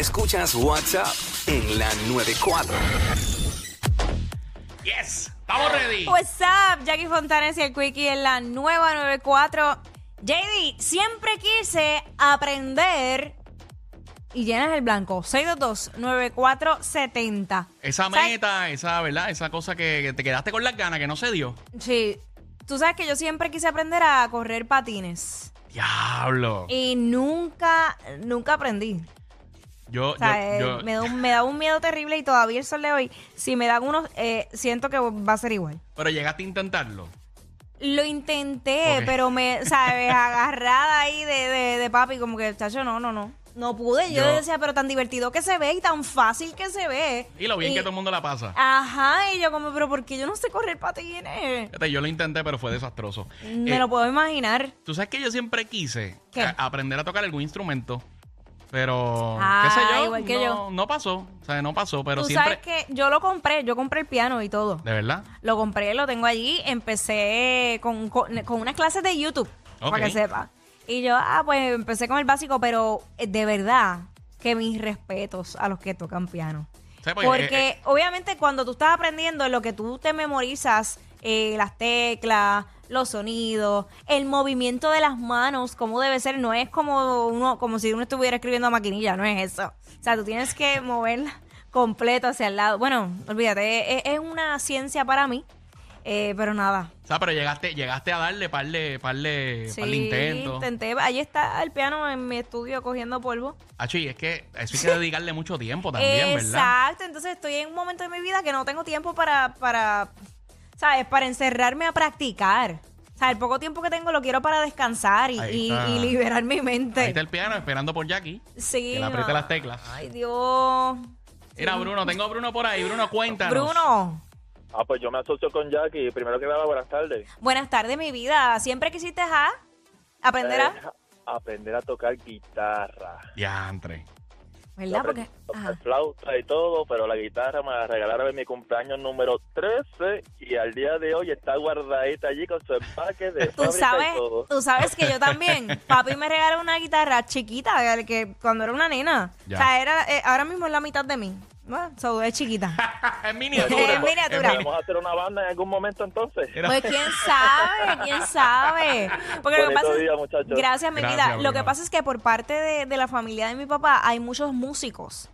Escuchas WhatsApp en la 94. Yes, estamos ready. What's up, Jackie Fontanes y el Quickie en la nueva 94. JD, siempre quise aprender y llenas el blanco. 622-9470. Esa meta, esa, ¿verdad? Esa cosa que, que te quedaste con las ganas, que no se dio. Sí, tú sabes que yo siempre quise aprender a correr patines Diablo. y nunca, nunca aprendí. Yo, O sea, yo, yo- eh, me, da un, me da un miedo terrible y todavía el sol de hoy, si me dan unos, eh, siento que va a ser igual. Pero llegaste a intentarlo. Lo intenté, Ok. pero me, ¿sabes? Agarrada ahí de, de, de papi, como que, chacho, no, no, no. No pude. Yo, Yo- decía, pero tan divertido que se ve y tan fácil que se ve. Y lo bien que todo el mundo la pasa. Ah. Ajá, y yo como, pero ¿por qué yo no sé correr patines? Fíjate, Yo lo intenté, pero fue desastroso. Me Eh, lo puedo imaginar. Tú sabes que yo siempre quise ¿Qué? a- aprender a tocar algún instrumento. Pero, Ah, qué sé yo, igual que no, yo. no pasó. O sea, no pasó, pero Tú siempre. sabes que yo lo compré, yo compré el piano y todo. ¿De verdad? Lo compré, lo tengo allí. Empecé con, con- con unas clases de YouTube, Ok. para que sepa. Y yo, ah, pues empecé con el básico, pero eh, de verdad que mis respetos a los que tocan piano. Sí, porque, Porque eh, obviamente cuando tú estás aprendiendo, en lo que tú te memorizas, eh, las teclas, los sonidos, el movimiento de las manos, cómo debe ser, no es como uno, como si uno estuviera escribiendo a maquinilla, no es eso. O sea, tú tienes que moverla completa hacia el lado. Bueno, olvídate, es, es una ciencia para mí, eh, pero nada. O sea, pero llegaste, llegaste a darle par de, par de, Sí, par de intentos. intenté. Ahí está el piano en mi estudio cogiendo polvo. Acho, y es que eso hay que dedicarle mucho tiempo también, ¿verdad? Exacto, entonces estoy en un momento de mi vida que no tengo tiempo para, para ¿sabes? Para encerrarme a practicar. O sea, el poco tiempo que tengo lo quiero para descansar y, Ahí y- está. y liberar mi mente. Ahí está el piano esperando por Jackie. Este. sí. Que le apriete ma- las teclas. Ay, Dios. Era Bruno, tengo a Bruno por ahí. Bruno, cuéntanos. Bruno, Ah, pues yo me asocio con Jackie. Primero que nada, buenas tardes. buenas tardes, mi vida. ¿Siempre quisiste a aprender a? Eh, aprender a tocar guitarra. Diantre. Yo ¿Verdad? aprendí Porque. Ah. a tocar ajá. flauta y todo, pero la guitarra me la regalaron en mi cumpleaños número 13 y al día de hoy está guardadita allí con su empaque de Tú fábrica sabes, y todo. tú sabes que yo también. Papi me regaló una guitarra chiquita el que cuando era una nena. Ya. O sea, era, eh, ahora mismo es la mitad de mí. Bueno, so, es chiquita. es Eh, miniatura. miniatura. Es mini- ¿Vamos a hacer una banda en algún momento entonces? Era- Pues quién sabe, quién sabe. Porque lo que Bonito pasa es- día, muchachos. Gracias, mi Gracias, vida. Lo que Bruno. pasa es que por parte de, de la familia de mi papá hay muchos músicos.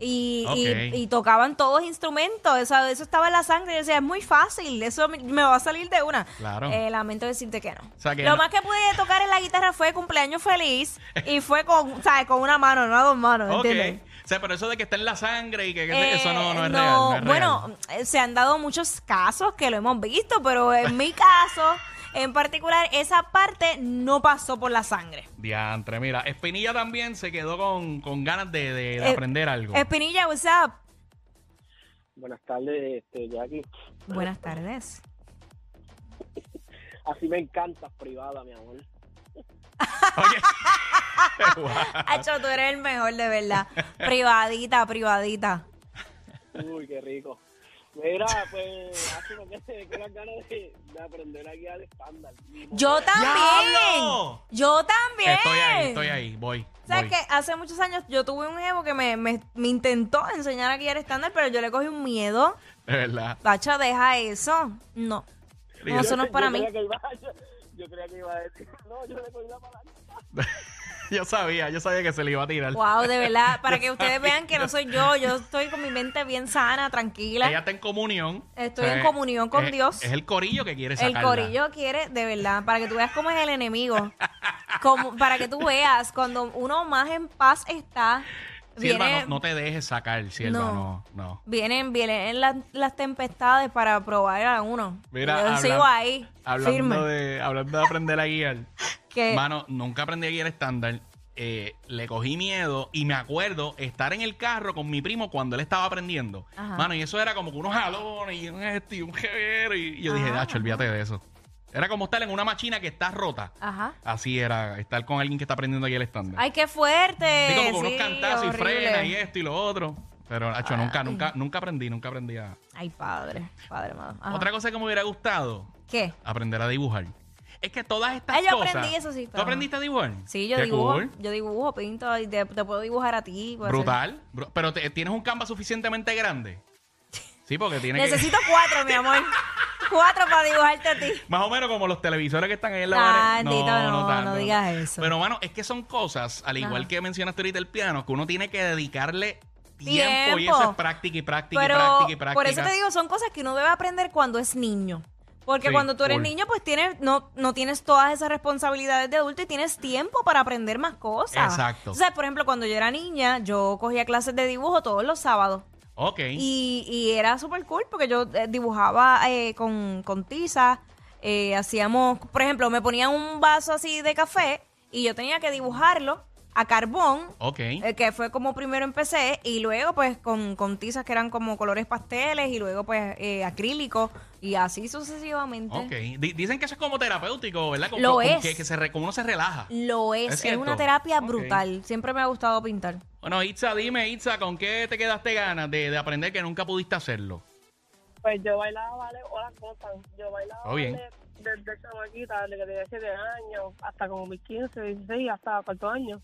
Y, y- Ok. y tocaban todos instrumentos. O sea, eso estaba en la sangre. Yo decía, es muy fácil. Eso me- me va a salir de una. Claro. Eh, lamento decirte que no. O sea, que Lo no- más que pude tocar en la guitarra fue cumpleaños feliz. Y fue con, ¿sabes? con una mano, no a dos manos. Ok. ¿entiendes? O sea, pero eso de que está en la sangre y que, que Eh, eso no, no es real. no es real. Bueno, eh, se han dado muchos casos que lo hemos visto, pero en mi caso, en particular, esa parte no pasó por la sangre. Diantre, mira. Espinilla también se quedó con, con ganas de, de- de Eh, aprender algo. Espinilla, what's up? Buenas tardes, este, Jackie. Buenas tardes. Así me encantas privada, mi amor. Hacho, tú eres el mejor, de verdad. Privadita, privadita. Uy, qué rico. Mira, pues, así me quedé con las ganas de, de aprender aquí al estándar. Ni modo. Yo también. ¡Diablo! Yo también. Estoy ahí, estoy ahí. Voy. ¿Sabes voy. que Hace muchos años yo tuve un jevo que me, me- me intentó enseñar a guiar estándar, pero yo le cogí un miedo. De verdad. Tacho, deja eso. No. No, eso no es para yo mí. Creía que iba, yo, yo creía que iba a decir, no, yo le cogí la palabra. yo sabía, yo sabía que se le iba a tirar. Wow, de verdad. Para que ustedes sabía. vean que no soy yo, yo estoy con mi mente bien sana, tranquila. Ella está en comunión. Estoy en comunión con es- Dios. Es el corillo que quiere el sacarla. corillo quiere, de verdad, para que tú veas cómo es el enemigo. Como, para que tú veas, cuando uno más en paz está, Sierva, viene- no, no te dejes sacar, sierva, No. no, no. vienen, vienen las, las tempestades para probar a uno. Mira, Yo habla- sigo ahí, firme. Eh. Hablando de, hablando de aprender a guiar. que, Mano, nunca aprendí a guiar estándar. Eh, le cogí miedo y me acuerdo estar en el carro con mi primo cuando él estaba aprendiendo. Ajá. Mano, y eso era como que unos jalones y un este y un jevero. Y, y yo dije, Ajá, Dacho, olvídate de eso. Era como estar en una máquina que está rota. Ajá. Así era, estar con alguien que está aprendiendo aquí el estándar. Ay, qué fuerte. Sí, como con sí, unos cantazos y horrible. frena y esto y lo otro. Pero, Nacho, nunca, nunca, nunca aprendí, nunca aprendí a. Ay, padre, padre amado. Ajá. Otra cosa que me hubiera gustado, ¿Qué? aprender a dibujar. es que todas estas Ah, yo cosas. aprendí eso, sí, ¿Tú pero- aprendiste a dibujar? Sí, yo Qué dibujo. cool. Yo dibujo, pinto y te, te puedo dibujar a ti. puedo hacer- Brutal. Bru- Pero te- tienes un canvas suficientemente grande. Sí, porque tiene que- Necesito cuatro, mi amor. cuatro para dibujarte a ti. Más o menos como los televisores que están ahí en la Ah, pared. Tito, no, no tanto, digas eso. Pero, mano, es que son cosas, al igual Ajá. que mencionaste ahorita el piano, que uno tiene que dedicarle tiempo, Tiempo. y eso es práctica y práctica y Pero práctica y práctica. por eso te digo, son cosas que uno debe aprender cuando es niño. Porque Sí, cuando tú eres full. niño, pues tienes, no, no tienes todas esas responsabilidades de adulto y tienes tiempo para aprender más cosas. Exacto. O sea, por ejemplo, cuando yo era niña, yo cogía clases de dibujo todos los sábados. Ok. Y, y era súper cool porque yo eh, dibujaba eh, con, con tiza. eh, hacíamos, por ejemplo, me ponían un vaso así de café y yo tenía que dibujarlo a carbón ok. eh, que fue como primero empecé y luego pues con, con tizas que eran como colores pasteles y luego pues eh, acrílico y así sucesivamente. ok. Di- dicen que eso es como terapéutico, ¿verdad? Como, Lo como es. Que, que se re- como uno se relaja. Lo ¿Es es, es, cierto? una terapia Ok. brutal. Siempre me ha gustado pintar. Bueno, Itza, dime, Itza, ¿con qué te quedaste ganas de, de aprender que nunca pudiste hacerlo? Pues yo bailaba ballet o las cosas. Yo bailaba Oh, bien. ballet desde chamaquita, desde que tenía 7 años, hasta como mis 15, 16, hasta cuarto años.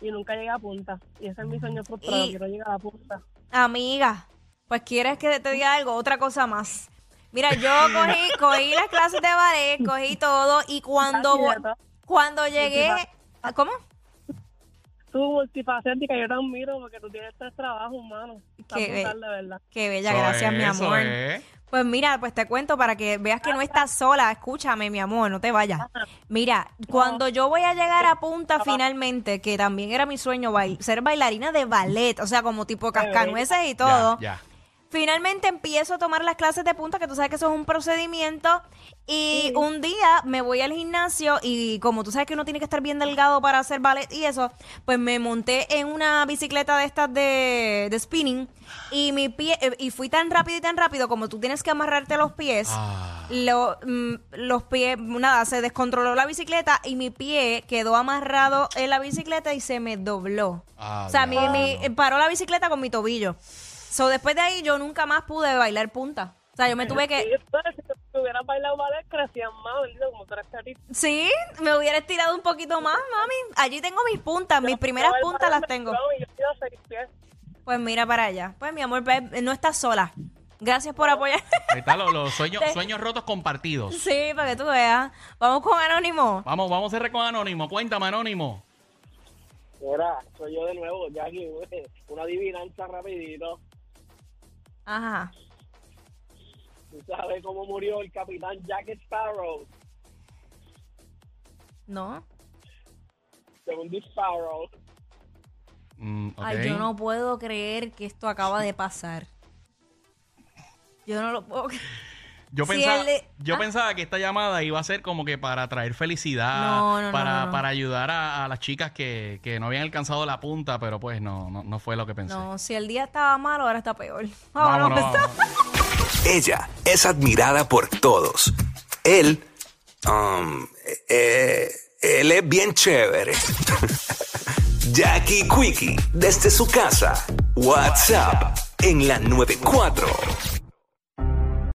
Y nunca llegué a punta. Y ese es mi sueño frustrado, Y- quiero llegar a punta. Amiga, pues quieres que te diga algo, otra cosa más. Mira, yo cogí, cogí las clases de ballet, cogí todo y cuando, Casi de vo- todo. cuando llegué... ¿Cómo? Tú multifacética, yo te admiro porque tú tienes tres trabajos, humano. Está Qué be- brutal, de verdad. Qué bella, Eso gracias, mi es, eso amor. es. Pues mira, pues te cuento para que veas que no estás sola. Escúchame, mi amor, no te vayas. Mira, cuando yo voy a llegar a punta finalmente, que también era mi sueño bail- ser bailarina de ballet, o sea, como tipo cascanueces y todo. Ya, ya. Finalmente empiezo a tomar las clases de punta, que tú sabes que eso es un procedimiento. Y un día me voy al gimnasio y como tú sabes que uno tiene que estar bien delgado para hacer ballet y eso, pues me monté en una bicicleta de estas de, de spinning y mi pie eh, y fui tan rápido y tan rápido como tú tienes que amarrarte los pies. Ah. lo- mm, los pies, nada, se descontroló la bicicleta y mi pie quedó amarrado en la bicicleta y se me dobló. Ah, o sea, mi, diablo. mi- eh, paró la bicicleta con mi tobillo. So, después de ahí yo nunca más pude bailar punta. O sea, yo me tuve Y que... entonces, si tú hubieras bailado ballet, crecían más, ¿verdad? Como tú eres carita. Sí, me hubiera estirado un poquito más, mami. Allí tengo mis puntas, mis primeras Yo puntas bailaba las tengo. ballet, yo tenía seis pies. Pues mira para allá. Pues mi amor, ve, no estás sola. Gracias por apoyar. Ahí están los, los sueños, sueños rotos compartidos. Sí, para que tú veas. Vamos con Anónimo. Vamos, vamos a cerrar con Anónimo. Cuéntame, Anónimo. Mira, soy yo de nuevo, Jackie. güey. Una adivinanza rapidito. Ajá. ¿Tú sabes cómo murió el capitán Jack Sparrow? ¿No? De un disparo. Mm, ok. Ay, yo no puedo creer que esto acaba de pasar. Yo no lo puedo creer. Yo, Si pensaba, él le- yo Ah. pensaba que esta llamada iba a ser como que para traer felicidad, No, no, no, para, no, no. para ayudar a, a las chicas que, que no habían alcanzado la punta, pero pues no, no, no fue lo que pensé. No, si el día estaba malo, ahora está peor. Vámonos, Vámonos. vámonos. Ella es admirada por todos. Él, um, eh, él es bien chévere. Jackie Quickie, desde su casa. WhatsApp en la 94.